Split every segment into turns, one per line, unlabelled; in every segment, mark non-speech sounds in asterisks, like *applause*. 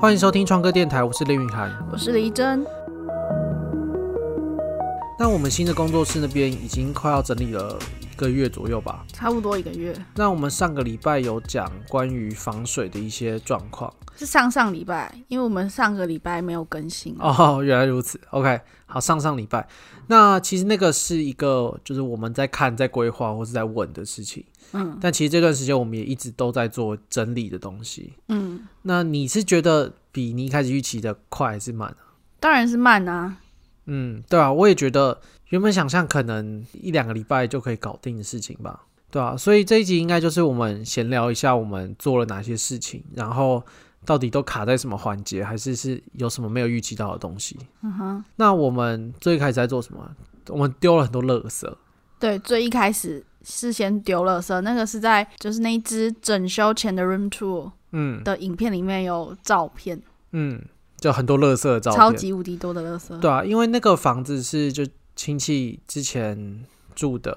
欢迎收听创客电台，我是林允涵。
我是黎真，
那我们新的工作室那边已经快要整理了一个月左右吧。
差不多一个月，
那我们上个礼拜有讲关于防水的一些状况
是上上礼拜，因为我们上个礼拜没有更新哦。
哦，原来如此。OK，好，上上礼拜，那其实那个是一个就是我们在看、在规划或是在问的事情。
嗯
但其实这段时间我们也一直都在做整理的东西。
嗯，
那你是觉得比你一开始预期的快还是慢啊？
当然是慢啊。
嗯，对啊，我也觉得原本想象可能一两个礼拜就可以搞定的事情吧，对啊，所以这一集应该就是我们闲聊一下我们做了哪些事情，然后到底都卡在什么环节，还是是有什么没有预期到的东西。
嗯哼，
那我们最开始在做什么？我们丢了很多垃圾，
对，最一开始是先丢垃圾，那个是在就是那一只整修前的 Room Tour
嗯
的影片里面有照片，
嗯，就很多垃圾的照片，
超级无敌多的垃圾。
对啊，因为那个房子是就亲戚之前住的，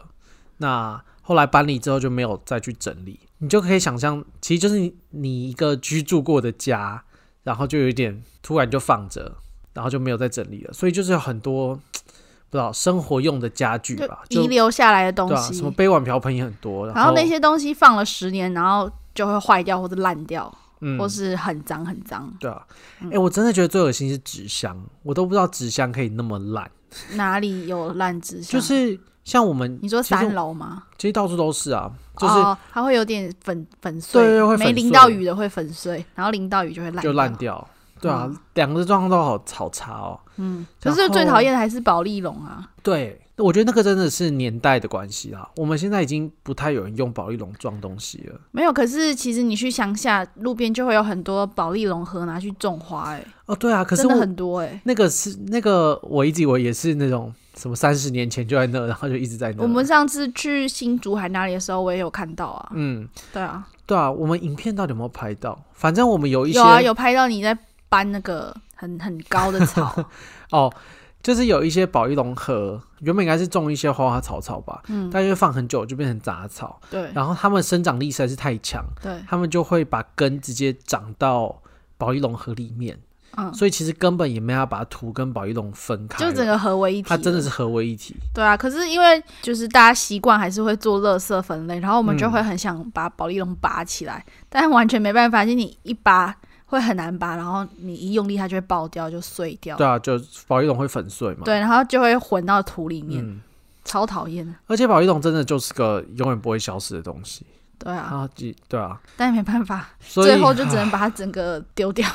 那后来搬离之后就没有再去整理，你就可以想象，其实就是你你一个居住过的家，然后就有一点突然就放着，然后就没有再整理了，所以就是有很多不知道生活用的家具吧，
就
就
遗留下来的东
对啊，
西
什，么杯碗瓢盆也很多，
然
后
后那些东西放了十年，然后就会坏掉或者烂掉，
嗯
或是很脏很脏。
对啊，哎、
嗯
我真的觉得最恶心是纸箱，我都不知道纸箱可以那么烂，
哪里有烂纸箱？
就是像我们
你说
其实
三楼吗？
其实到处都是啊，就是
哦、它会有点粉粉碎，
对会粉
没
碎
淋到雨的会粉碎，然后淋到雨就会烂，
就烂。掉。对啊
嗯，
两、个状况都好好差哦。
嗯，可
然后
是最讨厌的还是保利龙啊，
对，我觉得那个真的是年代的关系啦。我们现在已经不太有人用保利龙装东西了。
没有。可是其实你去乡下路边就会有很多保利龙盒拿去种花、哎，
哦，对啊，可是
真的
我
很多哎、
那个是那个，我一直以为也是那种什么三十年前就在那，然后就一直在那。
我们上次去新竹海哪里的时候，我也有看到啊。
嗯，
对啊，
对啊，我们影片到底有没有拍到？反正我们有一些
有啊，有拍到你在搬那个很很高
*laughs*
的草，
哦，就是有一些保利龙盒，原本应该是种一些花花草草吧，
嗯，
但因为放很久就变成杂草，
对
然后它们生长力实在是太强，
对，
他们就会把根直接长到保利龙河里面，
嗯，
所以其实根本也没办法把土跟保利龙分开
就
了，
整个合为一体
它
了。
真的是合为一体。
对啊，可是因为就是大家习惯还是会做垃圾分类，然后我们就
嗯
会很想把保利龙拔起来，但完全没办法，就你一拔会很难拔，然后你一用力它就会爆掉，就碎掉，
对啊，就保利龙会粉碎嘛。，
嗯对然后就会混到土里面，
嗯，
超讨厌的。
而且保利龙真的就是个永远不会消失的东西
对啊，
啊，几对啊，
但没办法，
所以啊
最后就只能把它整个丢掉。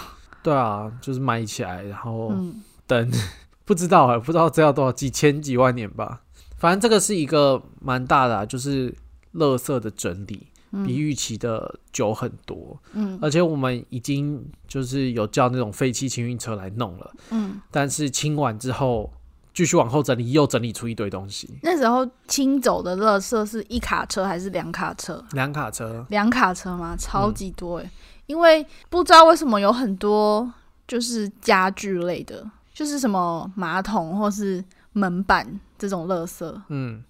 对啊，就是埋起来，然后
嗯，
等， *laughs* 不知道啊，不知道这要多少几千几万年吧。反正这个是一个蛮大的、啊，就是垃圾的整理，比预期的久很多。
嗯
而且我们已经就是有叫那种废弃清运车来弄了，
嗯，
但是清完之后继续往后整理，又整理出一堆东西，
那时候清走的垃圾是一卡车还是两卡车？
两卡车，
两卡车
嗯
嘛，超级多哎、因为不知道为什么有很多就是家具类的，就是什么马桶或是门板这种垃圾，
嗯，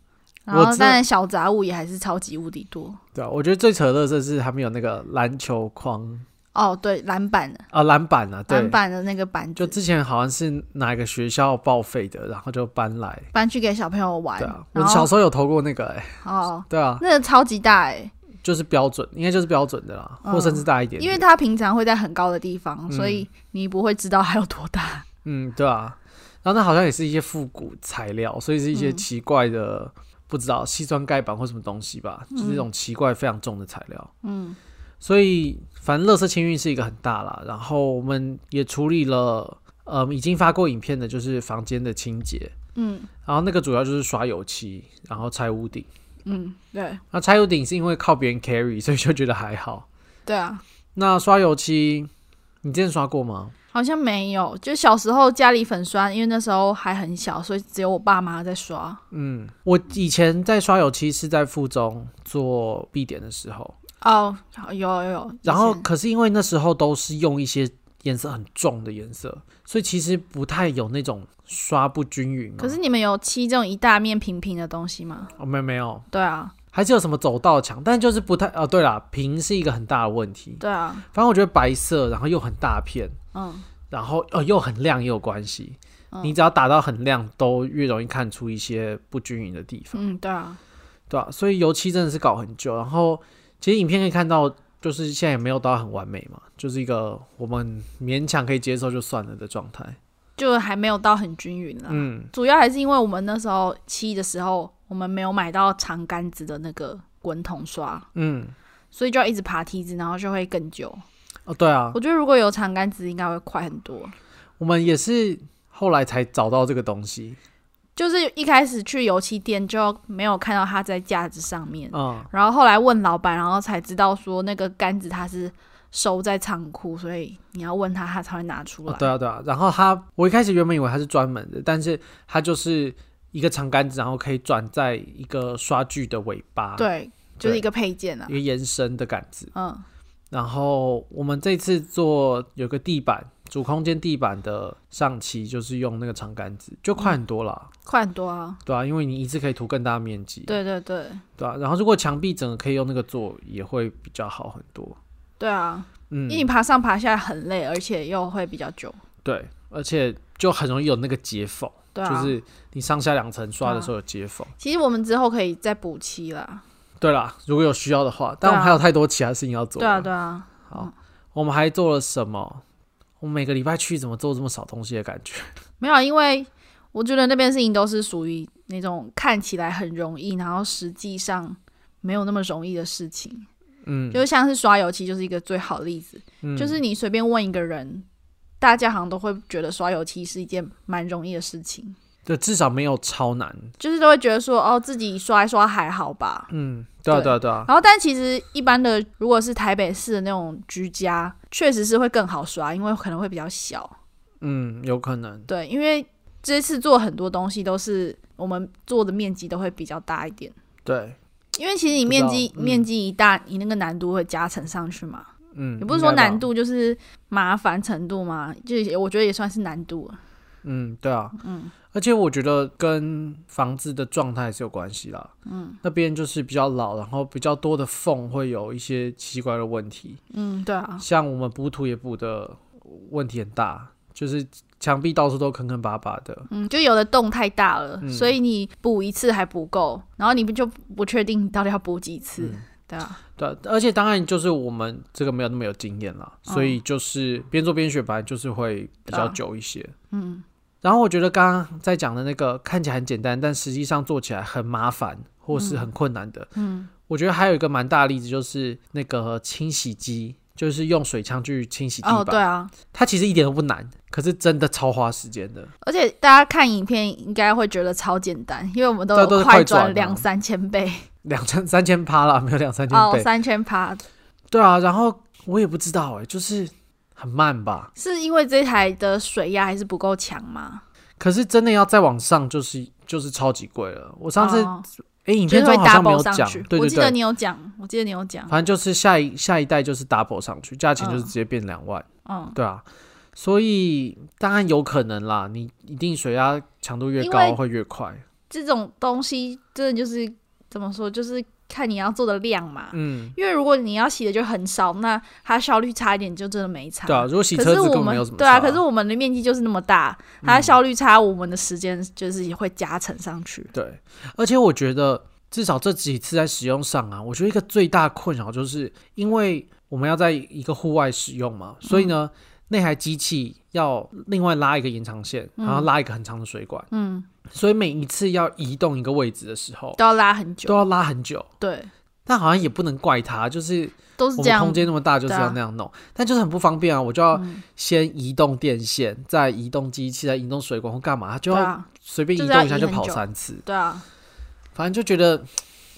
然
我
后
知道
当然小杂物也还是超级无敌多
对啊，我觉得最扯的这是他们有那个篮球框
哦，对，篮板
啊，篮板啊，对
篮，板的那个板
就
子
之前好像是哪一个学校报废的，然后就搬来，
搬去给小朋友玩，
对啊，我
然后
小时候有投过那个、欸，
哦，
对啊，
那个超级大哎、
就是标准，应该就是标准的啦，或
嗯
甚至大一点
因
点
为它平常会在很高的地方，
嗯
所以你不会知道它有多大。
嗯，对啊，然后那好像也是一些复古材料，所以是一些
嗯
奇怪的，不知道硒酸钙板或什么东西吧，就是这种奇怪非常重的材料。
嗯
所以反正乐色清运是一个很大啦，然后我们也处理了，呃，已经发过影片的，就是房间的清洁，
嗯
然后那个主要就是刷油漆，然后拆屋顶。
嗯，对
那拆屋顶是因为靠别人 carry，所以就觉得还好。
对啊，
那刷油漆，你之前刷过吗？
好像没有，就小时候家里粉刷，因为那时候还很小，所以只有我爸妈在刷。
嗯，我以前在刷油漆是在附中做必点的时候，
哦，有有有。
然后
以前
可是因为那时候都是用一些颜色很重的颜色，所以其实不太有那种刷不均匀、啊。
可是你们有漆这种一大面平平的东西吗？
哦，没有没有，
对啊，
还是有什么走道墙，但就是不太哦。对啦，平是一个很大的问题。
对啊，
反正我觉得白色，然后又很大片，
嗯，
然后呃又很亮也有关系。
嗯
你只要打到很亮，都越容易看出一些不均匀的地方，
嗯，对啊，
对吧、所以油漆真的是搞很久。然后其实影片可以看到，就是现在也没有到很完美嘛，就是一个我们勉强可以接受就算了的状态。
就还没有到很均匀啦。
嗯，
主要还是因为我们那时候漆的时候，我们没有买到长杆子的那个滚筒刷，
嗯，
所以就要一直爬梯子，然后就会更久。
哦，对啊，
我觉得如果有长杆子，应该会快很多。
我们也是后来才找到这个东西。
就是一开始去油漆店就没有看到它在架子上面，
嗯，
然后后来问老板，然后才知道说那个杆子它是收在仓库，所以你要问他，他才会拿出来。
哦对啊，对啊。然后它，我一开始原本以为它是专门的，但是它就是一个长杆子，然后可以转在一个刷具的尾巴，，
对，就是一个配件啊
一。个延伸的杆子。
嗯，
然后我们这次做有个地板主空间地板的上漆，就是用那个长杆子，就快很多啦，
快很多啊。
对啊，因为你一次可以涂更大面积，
对对对，
对啊。然后如果墙壁整个可以用那个做，也会比较好很多。
对啊，
嗯
因为，你爬上爬下很累，而且又会比较久。
对，而且就很容易有那个接缝，
对啊，
就是你上下两层刷的时候有接缝。
其实我们之后可以再补漆啦。
对啦，如果有需要的话，但我们还有太多其他事情要做。
对啊，对啊，
好，我们还做了什么？我们每个礼拜去怎么做这么少东西的感觉？
没有啊，因为我觉得那边事情都是属于那种看起来很容易，然后实际上没有那么容易的事情。
嗯，
就像是刷油漆就是一个最好的例子，
嗯
就是你随便问一个人，大家好像都会觉得刷油漆是一件蛮容易的事情，
对，至少没有超难。
就是都会觉得说哦，自己刷一刷还好吧。
嗯，对啊，
对
对啊，对啊，
然后，但其实一般的，如果是台北市的那种居家，确实是会更好刷，因为可能会比较小。
嗯，有可能。
对，因为这次做很多东西都是我们做的面积都会比较大一点，
对，
因为其实你面积、
不知道嗯
面积一大，你那个难度会加成上去嘛。
嗯，
也不是说
应该吧
难，度，就是麻烦程度嘛，就是我觉得也算是难度了。
嗯，对啊，嗯，而且我觉得跟房子的状态是有关系啦。嗯，那边就是比较老，然后比较多的缝会有一些奇怪的问题。
嗯，对啊，
像我们补土也补的问题很大，就是墙壁到处都坑坑巴巴的。
嗯，就有的洞太大了，
嗯
所以你补一次还不够，然后你不就不确定你到底要补几次，
嗯
对啊，
对，而且当然就是我们这个没有那么有经验啦，
嗯
所以就是边做边学，本来就是会比较
对啊
久一些。
嗯，
然后我觉得刚刚在讲的那个看起来很简单，但实际上做起来很麻烦或是很困难的，嗯，我觉得还有一个蛮大的例子就是那个清洗机，就是用水枪去清洗地板，
哦，对啊，
它其实一点都不难，可是真的超花时间的。
而且大家看影片应该会觉得超简单，因为我们都
对都
有
是快转
转
啊
两三千倍
两千三千趴啦，没有两三千
哦
倍，，
三千趴
对啊，然后我也不知道哎、就是很慢吧。
是因为这台的水压还是不够强吗？
可是真的要再往上，就是就是超级贵了。我上次哎、
哦
诶影
就
片
是会
中好像没
double
有
上
讲
去，，
对
我
对
记得
对，
你有讲，我记得你有讲，
反正就是下一下一代就是 double 上去，价钱就是直接变两万，
嗯，
对啊。所以当然有可能啦，你一定水压强度越
因
高
为
会越快，
这种东西真的就是怎么说，就是看你要做的量嘛。
嗯，
因为如果你要洗的就很少，那它效率差一点就真的没差。
对啊。如果洗
可
车
是
子根
我
本没有
们
什么
对
差
啊，可是我们的面积就是那么大，它效率差，我们的时间就是会加成上去。
对，而且我觉得至少这几次在使用上啊，我觉得一个最大困扰就是因为我们要在一个户外使用
嗯
嘛，所以呢，那台机器要另外拉一个延长线，然后拉一个很长的水管，
嗯，
所以每一次要移动一个位置的时候，
都要拉很久
都。要拉很久。
对，
但好像也不能怪它，就是
都是
啊我
这
们
样嗯
空。间那么大，就是
对
要
啊
那样弄，但就是很不方便啊！我就要先移动电线，再移动机器，再移动水管或干嘛，它就
对
要
啊，
随便移
就是要
动一下
移
就
很
跑
久
三次。
对啊，
反正就觉得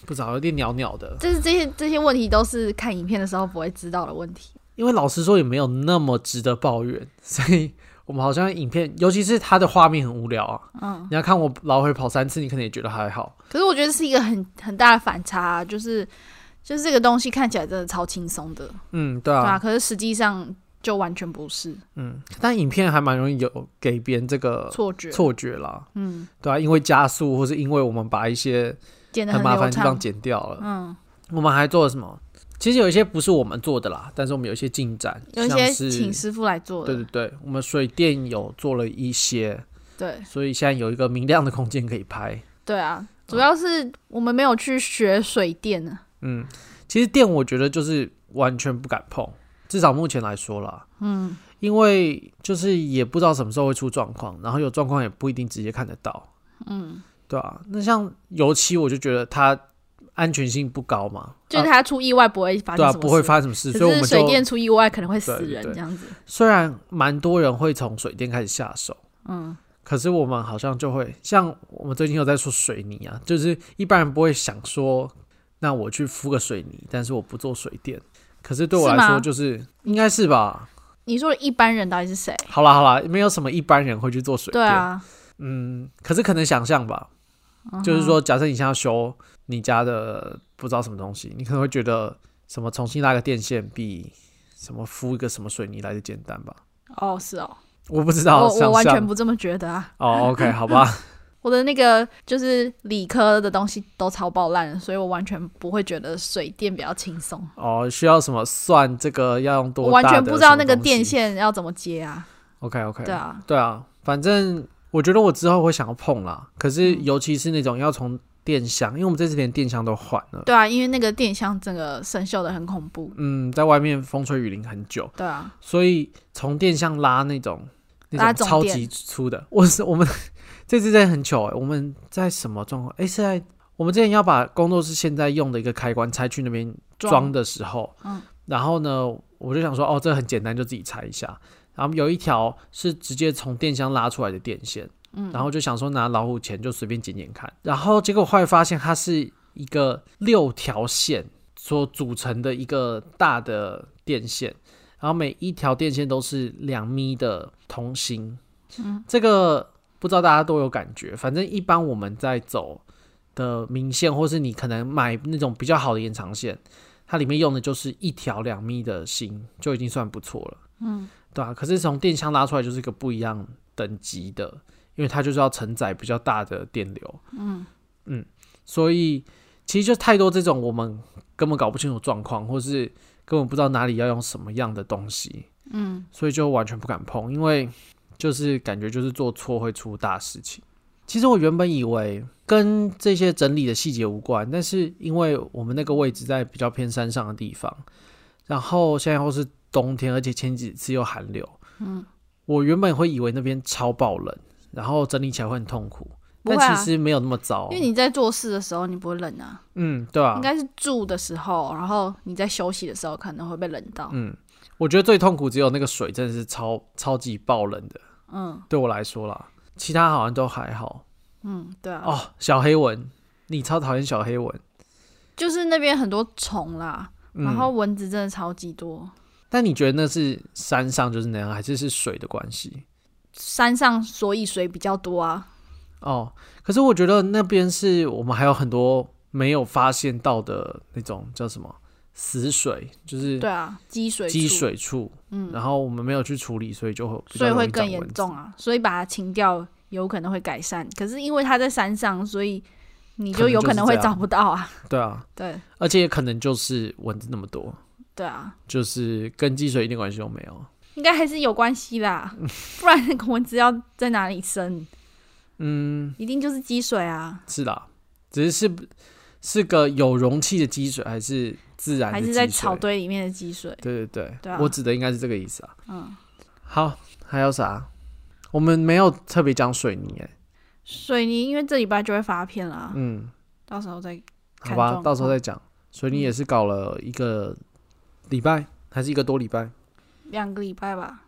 不知道有点袅袅的，
就是这些这些问题都是看影片的时候不会知道的问题。
因为老实说也没有那么值得抱怨，所以我们好像影片，尤其是它的画面很无聊啊。
嗯，
你要看我老回跑三次，你可能也觉得还好。
可是我觉得是一个很很大的反差啊、就是就是这个东西看起来真的超轻松的，
嗯，对
对
啊，
啊，可是实际上就完全不是
嗯，但影片还蛮容易有给别人这个
错觉。
呃错觉啦，
嗯，
对啊，因为加速或是因为我们把一些
剪得
很麻
流
烦的地方
畅。
剪掉了。
嗯，
我们还做了什么？其实有一些不是我们做的啦，但是我们有一些进展，
有一
像
些
是
请师傅来做
对
的，
对对，我们水电有做了一些，
对
所以现在有一个明亮的空间可以拍。
对啊，主要是我们没有去学水电啊呢、
嗯，其实电我觉得就是完全不敢碰，至少目前来说啦。嗯，因为就是也不知道什么时候会出状况，然后有状况也不一定直接看得到。嗯，对啊。那像油漆，我就觉得它安全性不高嘛，
就是
啊
他出意外不会发
对
生
啊，
什么事，
不会发生什么事，所以我
可
们
是水电
就
出意外可能会死
对对
人
对
这样子。
虽然蛮多人会从水电开始下手，
嗯，
可是我们好像就会像我们最近有在说水泥啊，就是一般人不会想说，那我去敷个水泥，但是我不做水电。可是对我
是
来
吗
说，就是应该是吧？
你说的一般人到底是谁？
好啦好啦，没有什么一般人会去做水
对
电。
啊，嗯
嗯，可是可能想象吧，就是说，假设你现在要修你家的不知道什么东西，你可能会觉得什么重新拉个电线比什么敷一个什么水泥来的简单吧？
哦，是哦，
我不知道，
我我
想
完全
象
不这么觉得啊。
哦，OK，好
*laughs*
吧。
我的那个就是理科的东西都超爆烂了，所以我完全不会觉得水电比较轻松。
哦，需要什么算这个要用多
我
大？
完全不知道那个电。线要怎么接啊。
OK OK，
对啊，
对啊，反正我觉得我之后会想要碰啦。可是
嗯
尤其是那种要从电箱，因为我们这次连电箱都换了。
对啊，因为那个电箱整个生锈的很恐怖。
嗯，在外面风吹雨淋很久，
对啊，
所以从电箱拉那种那
拉
种
总
超
电
级粗的，我是我们 *laughs* 这次真的很糗哎、我们在什么状况？哎、是在我们之前要把工作室现在用的一个开关拆去那边装的时候，
嗯
然后呢，我就想说，哦，这很简单，就自己拆一下。然后有一条是直接从电箱拉出来的电线，嗯，然后就想说拿老虎钳就随便剪剪看，然后结果后来发现它是一个六条线所组成的一个大的电线，然后每一条电线都是两米的同心，嗯，这个不知道大家都有感觉，反正一般我们在走的明线，或是你可能买那种比较好的延长线，它里面用的就是一条两米的芯，就已经算不错了。嗯，对啊。可是从电箱拉出来就是一个不一样等级的，因为它就是要承载比较大的电流。嗯嗯，所以其实就太多这种我们根本搞不清楚状况，或是根本不知道哪里要用什么样的东西。嗯，所以就完全不敢碰，因为就是感觉就是做错会出大事情。其实我原本以为跟这些整理的细节无关，但是因为我们那个位置在比较偏山上的地方，然后现在又是冬天，而且前几次又寒流，嗯，我原本会以为那边超爆冷，然后整理起来会很痛苦，
不会啊
但其实没有那么糟，
因为你在做事的时候你不会冷啊，
嗯，对哦啊
应，该是住的时候，然后你在休息的时候可能会被冷到。
嗯，我觉得最痛苦只有那个水真的是超超级爆冷的，
嗯
对我来说啦，其他好像都还好。
嗯，对啊，
哦，小黑蚊，你超讨厌小黑蚊，
就是那边很多虫啦，
嗯
然后蚊子真的超级多。
但你觉得那是山上就是那样，还是是水的关系？
山上所以水比较多啊，
哦，可是我觉得那边是我们还有很多没有发现到的那种叫什么死水，就是
对啊，积水
积
处，
水处，
嗯
然后我们没有去处理，所以就会比较
所以
容
会
易
更
长
严
蚊子
重。啊，所以把它清掉有可能会改善，可是因为它在山上，所以你
可
就
能
有
就是
可能会
这样
找不到啊。
对啊，
对
而且也可能就是蚊子那么多，
对啊，
就是跟积水一点关系都没有。
应该还是有关
*laughs*
系啦，不然那个蚊子要在哪里生？
嗯，
一定就是积水啊，
是啦，只是是是个有容器的积水，还是自然的
还
积
是
水？
在草堆里面的积水。
对对对，
对啊
我指的应该是这个意思啊。
嗯，
好，还有啥？我们没有特别讲水泥、欸，
水泥因为这礼拜就会发片啦，
嗯，
到时候再
好
啊看状
吧，
况
到时候再讲。水泥也是搞了一个礼拜，还是一个多礼拜，
两个礼拜吧。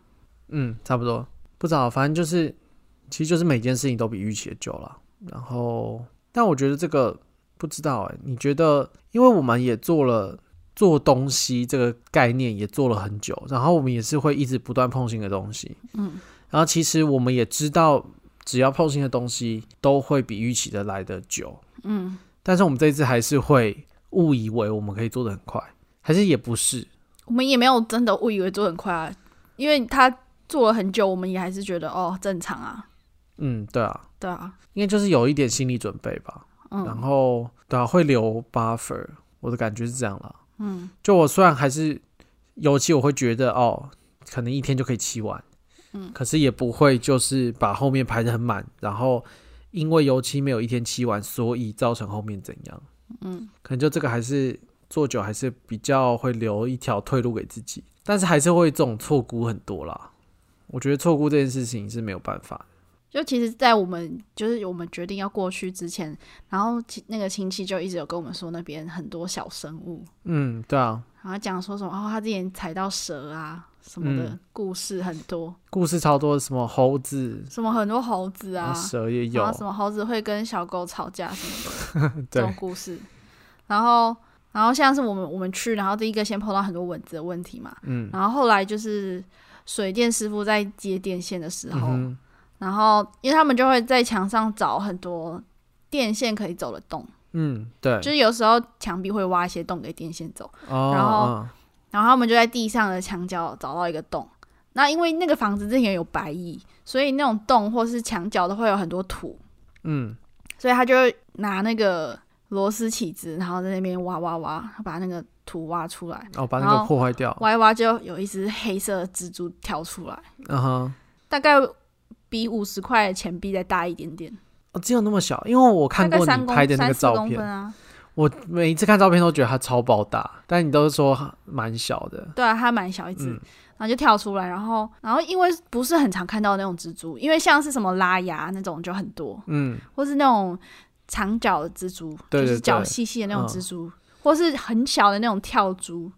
嗯，差不多，不知道，反正就是，其实就是每件事情都比预期的久了。然后，但我觉得这个不知道哎、你觉得？因为我们也做了做东西这个概念也做了很久，然后我们也是会一直不断碰新的东西，嗯，然后其实我们也知道，只要碰新的东西都会比预期的来的久，
嗯，
但是我们这一次还是会误以为我们可以做的很快，还是也不是，
我们也没有真的误以为做很快啊，因为他做了很久，我们也还是觉得哦正常啊，
嗯，对啊，
对啊，
应该就是有一点心理准备吧，然后对啊，会留 buffer，我的感觉是这样啦。嗯，就我虽然还是油漆，我会觉得哦，可能一天就可以漆完，嗯，可是也不会就是把后面排的很满，然后因为油漆没有一天漆完，所以造成后面怎样，嗯，可能就这个还是做久还是比较会留一条退路给自己，但是还是会这种错估很多啦。我觉得错估这件事情是没有办法的，
就其实，在我们就是我们决定要过去之前，然后其那个亲戚就一直有跟我们说那边很多小生物，
嗯，对啊，
然后讲说什么哦，他之前踩到蛇啊什么的
嗯
故事很多，
故事超多，什么猴子、
什么很多猴子
然
啊，
后蛇也有
然，后什么猴子会跟小狗吵架什么的
*laughs*
这种
对，
故事，然后然后像是我们我们去，然后第一个先碰到很多蚊子的问题嘛，
嗯，
然后后来就是水电师傅在接电线的时
嗯
候，
哼
然后因为他们就会在墙上找很多电线可以走的洞，
嗯，对，
就是有时候墙壁会挖一些洞给电线走，
哦，
然后
嗯
然后他们就在地上的墙角找到一个洞。那因为那个房子之前有白蚁，所以那种洞或是墙角都会有很多土，
嗯，
所以他就会拿那个螺丝起子，然后在那边挖挖挖，把那个土挖出来，
哦，把那
然
个
后
破坏掉，
挖一挖就有一只黑色的蜘蛛跳出来，
嗯哼，
大概比五十块钱币再大一点点，
哦，只有那么小，因为我看
大
过
概
你
三公
拍的那
三
个
四
照
公分
片，
啊。
我每一次看照片都觉得它超爆大，但你都是说蛮小的，
对啊，它蛮小一只，
嗯
然后就跳出来，然后然后因为不是很常看到那种蜘蛛，因为像是什么拉牙那种就很多，
嗯，
或是那种长脚的蜘蛛，
对
就
对
是
对嗯
脚细细的那种蜘蛛，或是很小的那种跳蛛，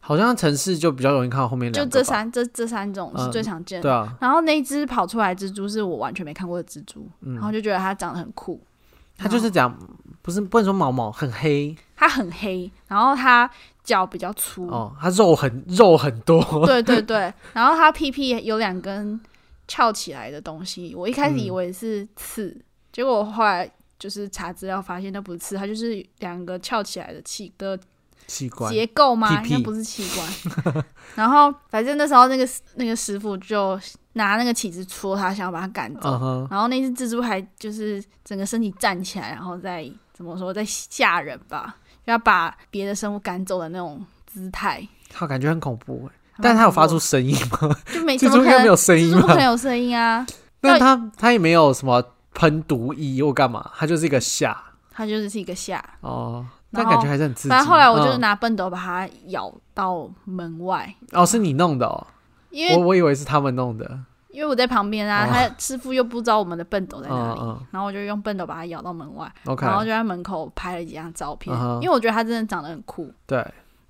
好像城市就比较容易看到后面
就
两个
这
吧，
三这这三种是
嗯
最常见的。
对啊，
然后那一只跑出来的蜘蛛是我完全没看过的蜘蛛，
嗯
然后就觉得它长得很酷，
它就是讲不是不能说毛毛很黑
它很黑，然后它脚比较粗，
哦，它肉很肉很多，
对对对，然后它屁屁有两根翘起来的东西，我一开始
嗯
以为是刺，结果我后来就是查资料发现那不是刺，它就是两个翘起来的器的
奇怪，
结构吗？
屁屁
应该不是器官。
*laughs*
然后反正那时候那个那个师傅就拿那个起子戳它，想要把它赶走。
嗯哼，
然后那只蜘蛛还就是整个身体站起来，然后再怎么说再吓人吧，要把别的生物赶走的那种姿态。
它感觉很恐怖欸，
还蛮
但它有
恐怖
发
的哎
出声音吗？*laughs*
就没
蜘
怎
蛛应
么可
该
能
没有声音
蜘蛛不可
吧
能？有声音啊，
但它它也没有什么喷毒液又干嘛，它就是一个吓
它就是是一个下。
哦，
然
但
后
感觉还是很刺激。
反正后来我就是
嗯
拿笨斗把它咬到门外，
哦，是你弄的哦，
因
我
为
我以为是他们弄的。
因为我在旁边啊，
哦
他师傅又不知道我们的笨斗在哪里，
嗯嗯
然后我就用笨斗把它咬到门外，
OK，
然后就在门口拍了几张照片，
嗯哼
因为我觉得它真的长得很酷，
对，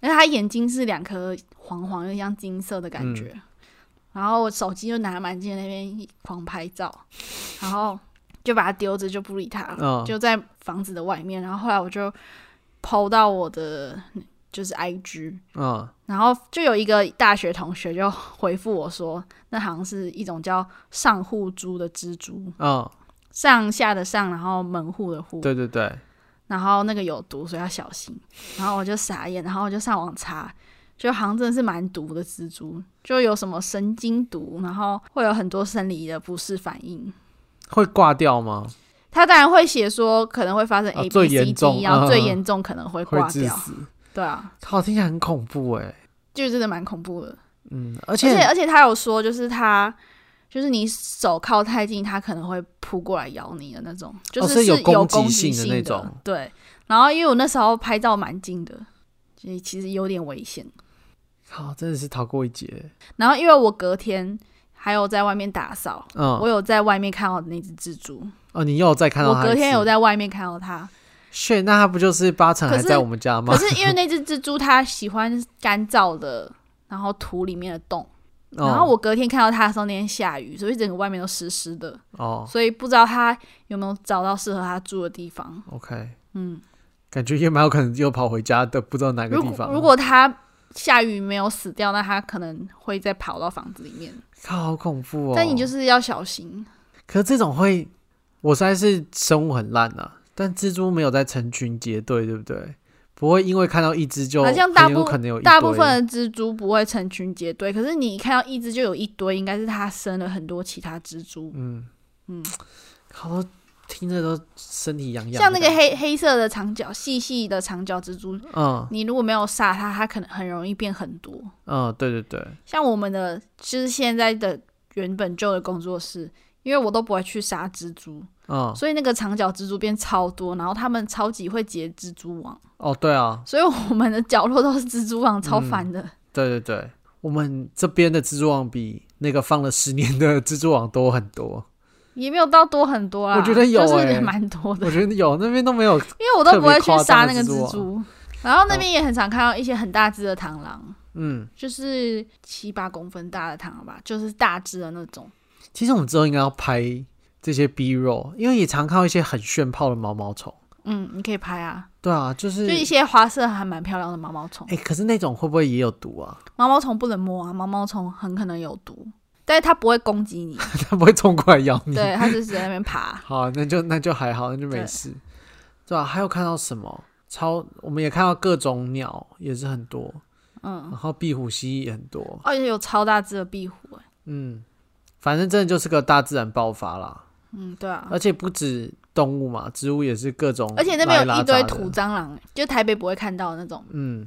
因为它眼睛是两颗黄黄又像金色的感觉，然后我手机就拿满街那边狂拍照，然后就把它丢着就不理它了。
嗯，
就在房子的外面。然后后来我就抛到我的就是 IG，
嗯，
然后就有一个大学同学就回复我说，那好像是一种叫上户蛛的蜘蛛，
嗯，
上下的上，然后门户的户，
对对对，
然后那个有毒，所以要小心。然后我就傻眼，然后我就上网查。就好像真的是蛮毒的蜘蛛，就有什么神经毒，然后会有很多生理的不适反应。
会挂掉吗？
他当然会写说可能会发生
啊
A、
最
B、C、
严重
D，然后最
嗯
严重可能会
会
挂
致
掉。
死。
对啊，
靠，听起来很恐怖哎。
就真的蛮恐怖的。
嗯，而
而且
且
而且他有说，就是他就是你手靠太近，他可能会扑过来咬你的那种，就
哦
是
所以
是
有攻
攻
击
击
性的那种。
对，然后因为我那时候拍照蛮近的，所以其实有点危险。
靠，真的是逃过一劫。
然后因为我隔天还有在外面打扫。
嗯
我，有在外面看到那只蜘蛛，
哦，你又再看到
我
它一次。
隔天有在外面看到它，
炫，那它不就是八成
可
还
是
在我们家吗
可？是因为那只蜘蛛它喜欢干燥的，然后土里面的洞，
哦
然后我隔天看到它的时候，那天下雨，所以整个外面都湿湿的，
哦
所以不知道它有没有找到适合它住的地方。
，OK，
嗯，
感觉也蛮有可能又跑回家的，不知道哪个
如
地方
果。如果它下雨没有死掉，那它可能会再跑到房子里面。
靠，好恐怖哦。
但你就是要小心，
可是这种会，我实在是生物很烂啊。但蜘蛛没有在成群结队，对不对？不会因为看到一只就
好像大
很有
部
可能有一
大部
堆
分的蜘蛛不会成群结队，可是你一看到一只就有一堆，应该是它生了很多其他蜘蛛。
嗯
嗯
好多听着都身体痒痒的
像那
感觉。
个黑黑色的长角，细细的长角蜘蛛，
嗯
你如果没有杀它，它可能很容易变很多。
嗯，对对对，
像我们的，就是现在的原本旧的工作室，因为我都不会去杀蜘蛛，
嗯
所以那个长角蜘蛛变超多，然后他们超级会结蜘蛛网，
哦对啊，
所以我们的角落都是蜘蛛网，
嗯
超烦的。
对对对，我们这边的蜘蛛网比那个放了十年的蜘蛛网多很多。
也没有到多很多啦，
我觉得有
就
欸
是蛮多的，
我觉得有那边都没有，
因为我都不会去杀那
特别夸张
个
的蜘
蜘
蛛
蛛。然后那边也很常看到一些很大只的螳螂，
嗯，
就是七八公分大的螳螂吧，就是大只的那种。
其实我们之后应该要拍这些 B roll，因为也常看到一些很炫炮的毛毛虫。
嗯，你可以拍啊，
对啊，就是
就一些花色还蛮漂亮的毛毛虫。
哎、可是那种会不会也有毒啊？ *laughs*
毛毛虫不能摸啊，毛毛虫很可能有毒，但是它不会攻
*laughs*
击你，
它不会冲过来咬你？
对，它就是在那边爬。
好，那就那就还好，那就没
对
事，对啊？还有看到什么？超，我们也看到各种鸟，也是很多，
嗯
然，后壁虎、蜥蜴也很多，
而且哦有超大只的壁虎、欸，
嗯，反正真的就是个大自然爆发啦，
嗯，对啊，
而且不止动物嘛，植物也是各种，
而且那边有一堆土，蟑螂、欸，就台北不会看到的那种，
嗯，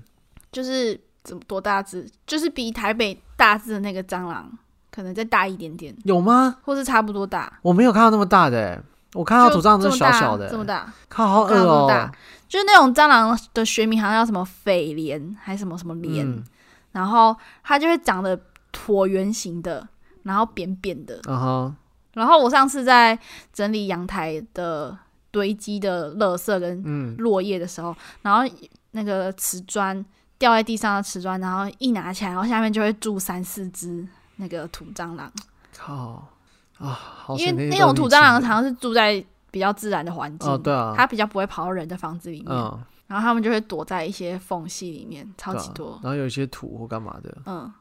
就是怎么多大只，就是比台北大只的那个蟑螂可能再大一点点，
有吗？
或是差不多大。
我没有看到那么大的、欸，我看到
就
土蟑螂
这
都
么
小
大
小的、
这么
欸，
大，
看好
我
恶
看到这
哦、
么大，就是那种蟑螂的学名好像叫什么匪莲，还是什么什么莲，
嗯，
然后它就会长得椭圆形的，然后扁扁的。
嗯哼，
然后我上次在整理阳台的堆积的垃圾跟
嗯，
落叶的时候，然后那个瓷砖掉在地上的瓷砖，然后一拿起来，然后下面就会住三四只那个土蟑螂，
靠啊，好
因
险
为
些
那
都
种
是
土
沥
蟑螂
青
常常是住在比较自然的环
的
境，
哦，对啊，
嗯它比较不会跑到人的房子里面，
嗯，
然后它们就会躲在一些缝隙里面，超
对
级
啊
多，
然后有一些土或干嘛的，
嗯，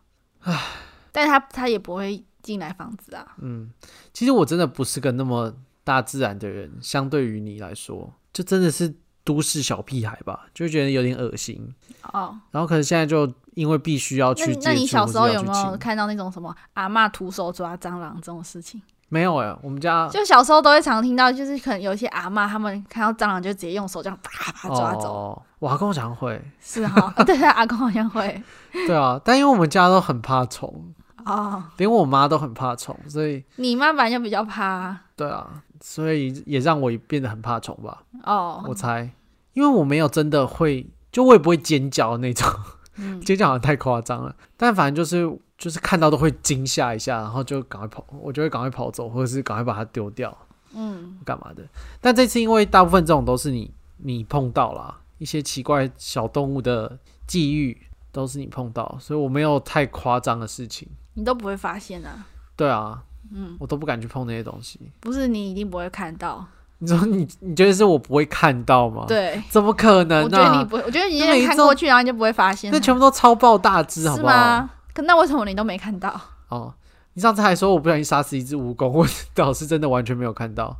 但是它它也不会进来房子啊，
嗯，其实我真的不是个那么大自然的人，相对于你来说，就真的是都市小屁孩吧，就觉得有点恶心。
哦，
然后可是现在就因为必须要
那
去接触，
那你小时候
或是
有
要去
没有
亲
看到那种什么阿嬷徒手抓蟑螂这种事情？
没有哎、我们家
就小时候都会常听到，就是可能有一些阿嬷他们看到蟑螂就直接用手这样啪啪抓走，
哦，我阿公常会，
是哈？
*laughs*
对，阿公好像会
对啊， *laughs* 但因为我们家都很怕虫，
哦。
连我妈都很怕虫，所以
你妈本来就比较怕
对啊，所以也让我变得很怕虫吧，
哦，
我猜，因为我没有真的会，就我也不会尖叫的那
*laughs*
种。
嗯，
尖叫好像太夸张了，但反正就是就是看到都会惊吓一下，然后就赶快跑，我就会赶快跑走，或者是赶快把它丢掉，
嗯，
干嘛的。但这次因为大部分这种都是你你碰到啦，一些奇怪小动物的际遇都是你碰到，所以我没有太夸张的事情。
你都不会发现啊，
对啊，
嗯，
我都不敢去碰那些东西。
不是你一定不会看到，
你说你你觉得是我不会看到吗？，
对，
怎么可能
我觉得你
啊？
不会，我觉得你
就每一
眼看
种
过去，然后你就不会发现
那
了，
全部都超爆大只，好
是
不好？
吗？可那为什么你都没看到？
哦，你上次还说我不小心杀死一只蜈蚣， *laughs* 我倒是真的完全没有看到、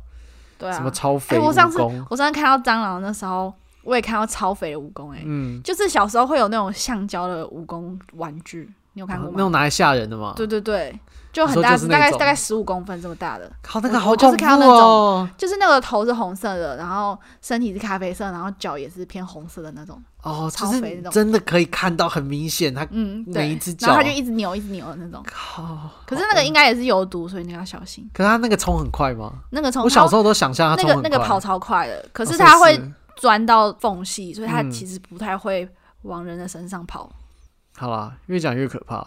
对啊
什么，超肥
哎我
蜈
上次
蚣。
我上次看到蟑螂的时候，我也看到超肥的蜈蚣、欸，哎、
嗯，
就是小时候会有那种橡胶的蜈蚣玩具，你有看过
那
吗？
种拿来吓人的嘛。
对对对，就很
哦你说
大
就是
只，
那
大概
种
大概十五公分这么大的，
靠，那个
我
好
我就
恐
是
怖
看到那
哦！
就是那个头是红色的，然后身体是咖啡色，然后脚也是偏红色的那种。
哦，就
超肥
是
那种
真的可以看到很明显，它
嗯，对。
每一只
然后它
脚哦嗯
就一直扭，一直扭的那种。
靠。
可是那个应该也是有毒，所以你要小心。
可是它那个冲很快吗？
那个从哦
我小时候都想象它
那
冲
个
很
那
快。
个跑超快的，可
哦
是
所以
它会钻到缝隙，所以它
嗯
其实不太会往人的身上跑。
好啦，越讲越可怕。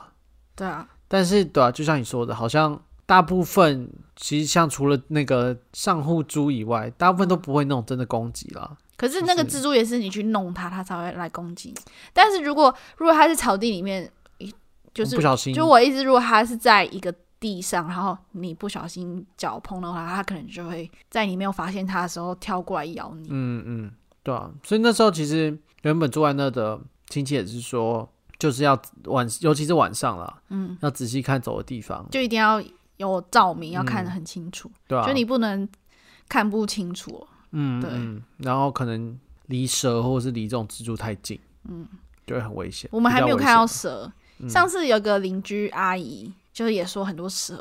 对啊，
但是对啊，就像你说的，好像大部分其实像除了那个上户猪以外，大部分都不会那种真的攻击啦。
可是那个
就是
蜘蛛也是你去弄它，它才会来攻击你。但是如果如果它是草地里面，一就
我
是
不小心
就我意思，如果它是在一个地上，然后你不小心脚碰到它，它可能就会在你没有发现它的时候跳过来咬你。
嗯嗯，对啊，所以那时候其实原本住在那的亲戚也是说，就是要晚，尤其是晚上啦，
嗯，
要仔细看走的地方，
就一定要有照
嗯
明，要看得很清楚，
对啊，
就你不能看不清楚。
嗯
对
嗯，然后可能离蛇或者是离这种蜘蛛太近，嗯，就会很危险。
我们
比
还
较
没有
危
看到
险，
蛇。上次有个邻居阿姨，就是也说很多蛇，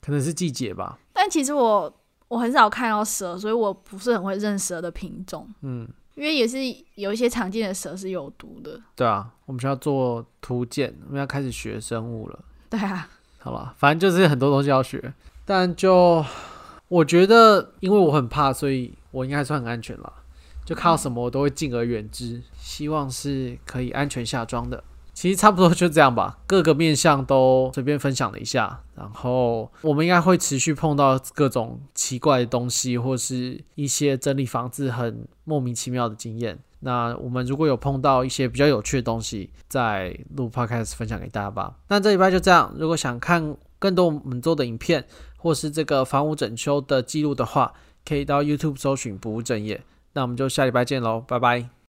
可能是季节吧，
但其实我我很少看到蛇，所以我不是很会认蛇的品种。
嗯，
因为也是有一些常见的蛇是有毒的。
对啊，我们需要做图鉴，我们要开始学生物了。
对啊，
好吧，反正就是很多东西要学，但就我觉得，因为我很怕，所以我应该算很安全啦。就看到什么我都会敬而远之，希望是可以安全下装的。其实差不多就这样吧，各个面向都随便分享了一下。然后我们应该会持续碰到各种奇怪的东西，或是一些整理房子很莫名其妙的经验。那我们如果有碰到一些比较有趣的东西，再录 podcast 分享给大家吧。那这礼拜就这样，如果想看更多我们做的影片，或是这个房屋整修的记录的话，可以到 YouTube 搜寻不务正业。那我们就下礼拜见喽，拜拜。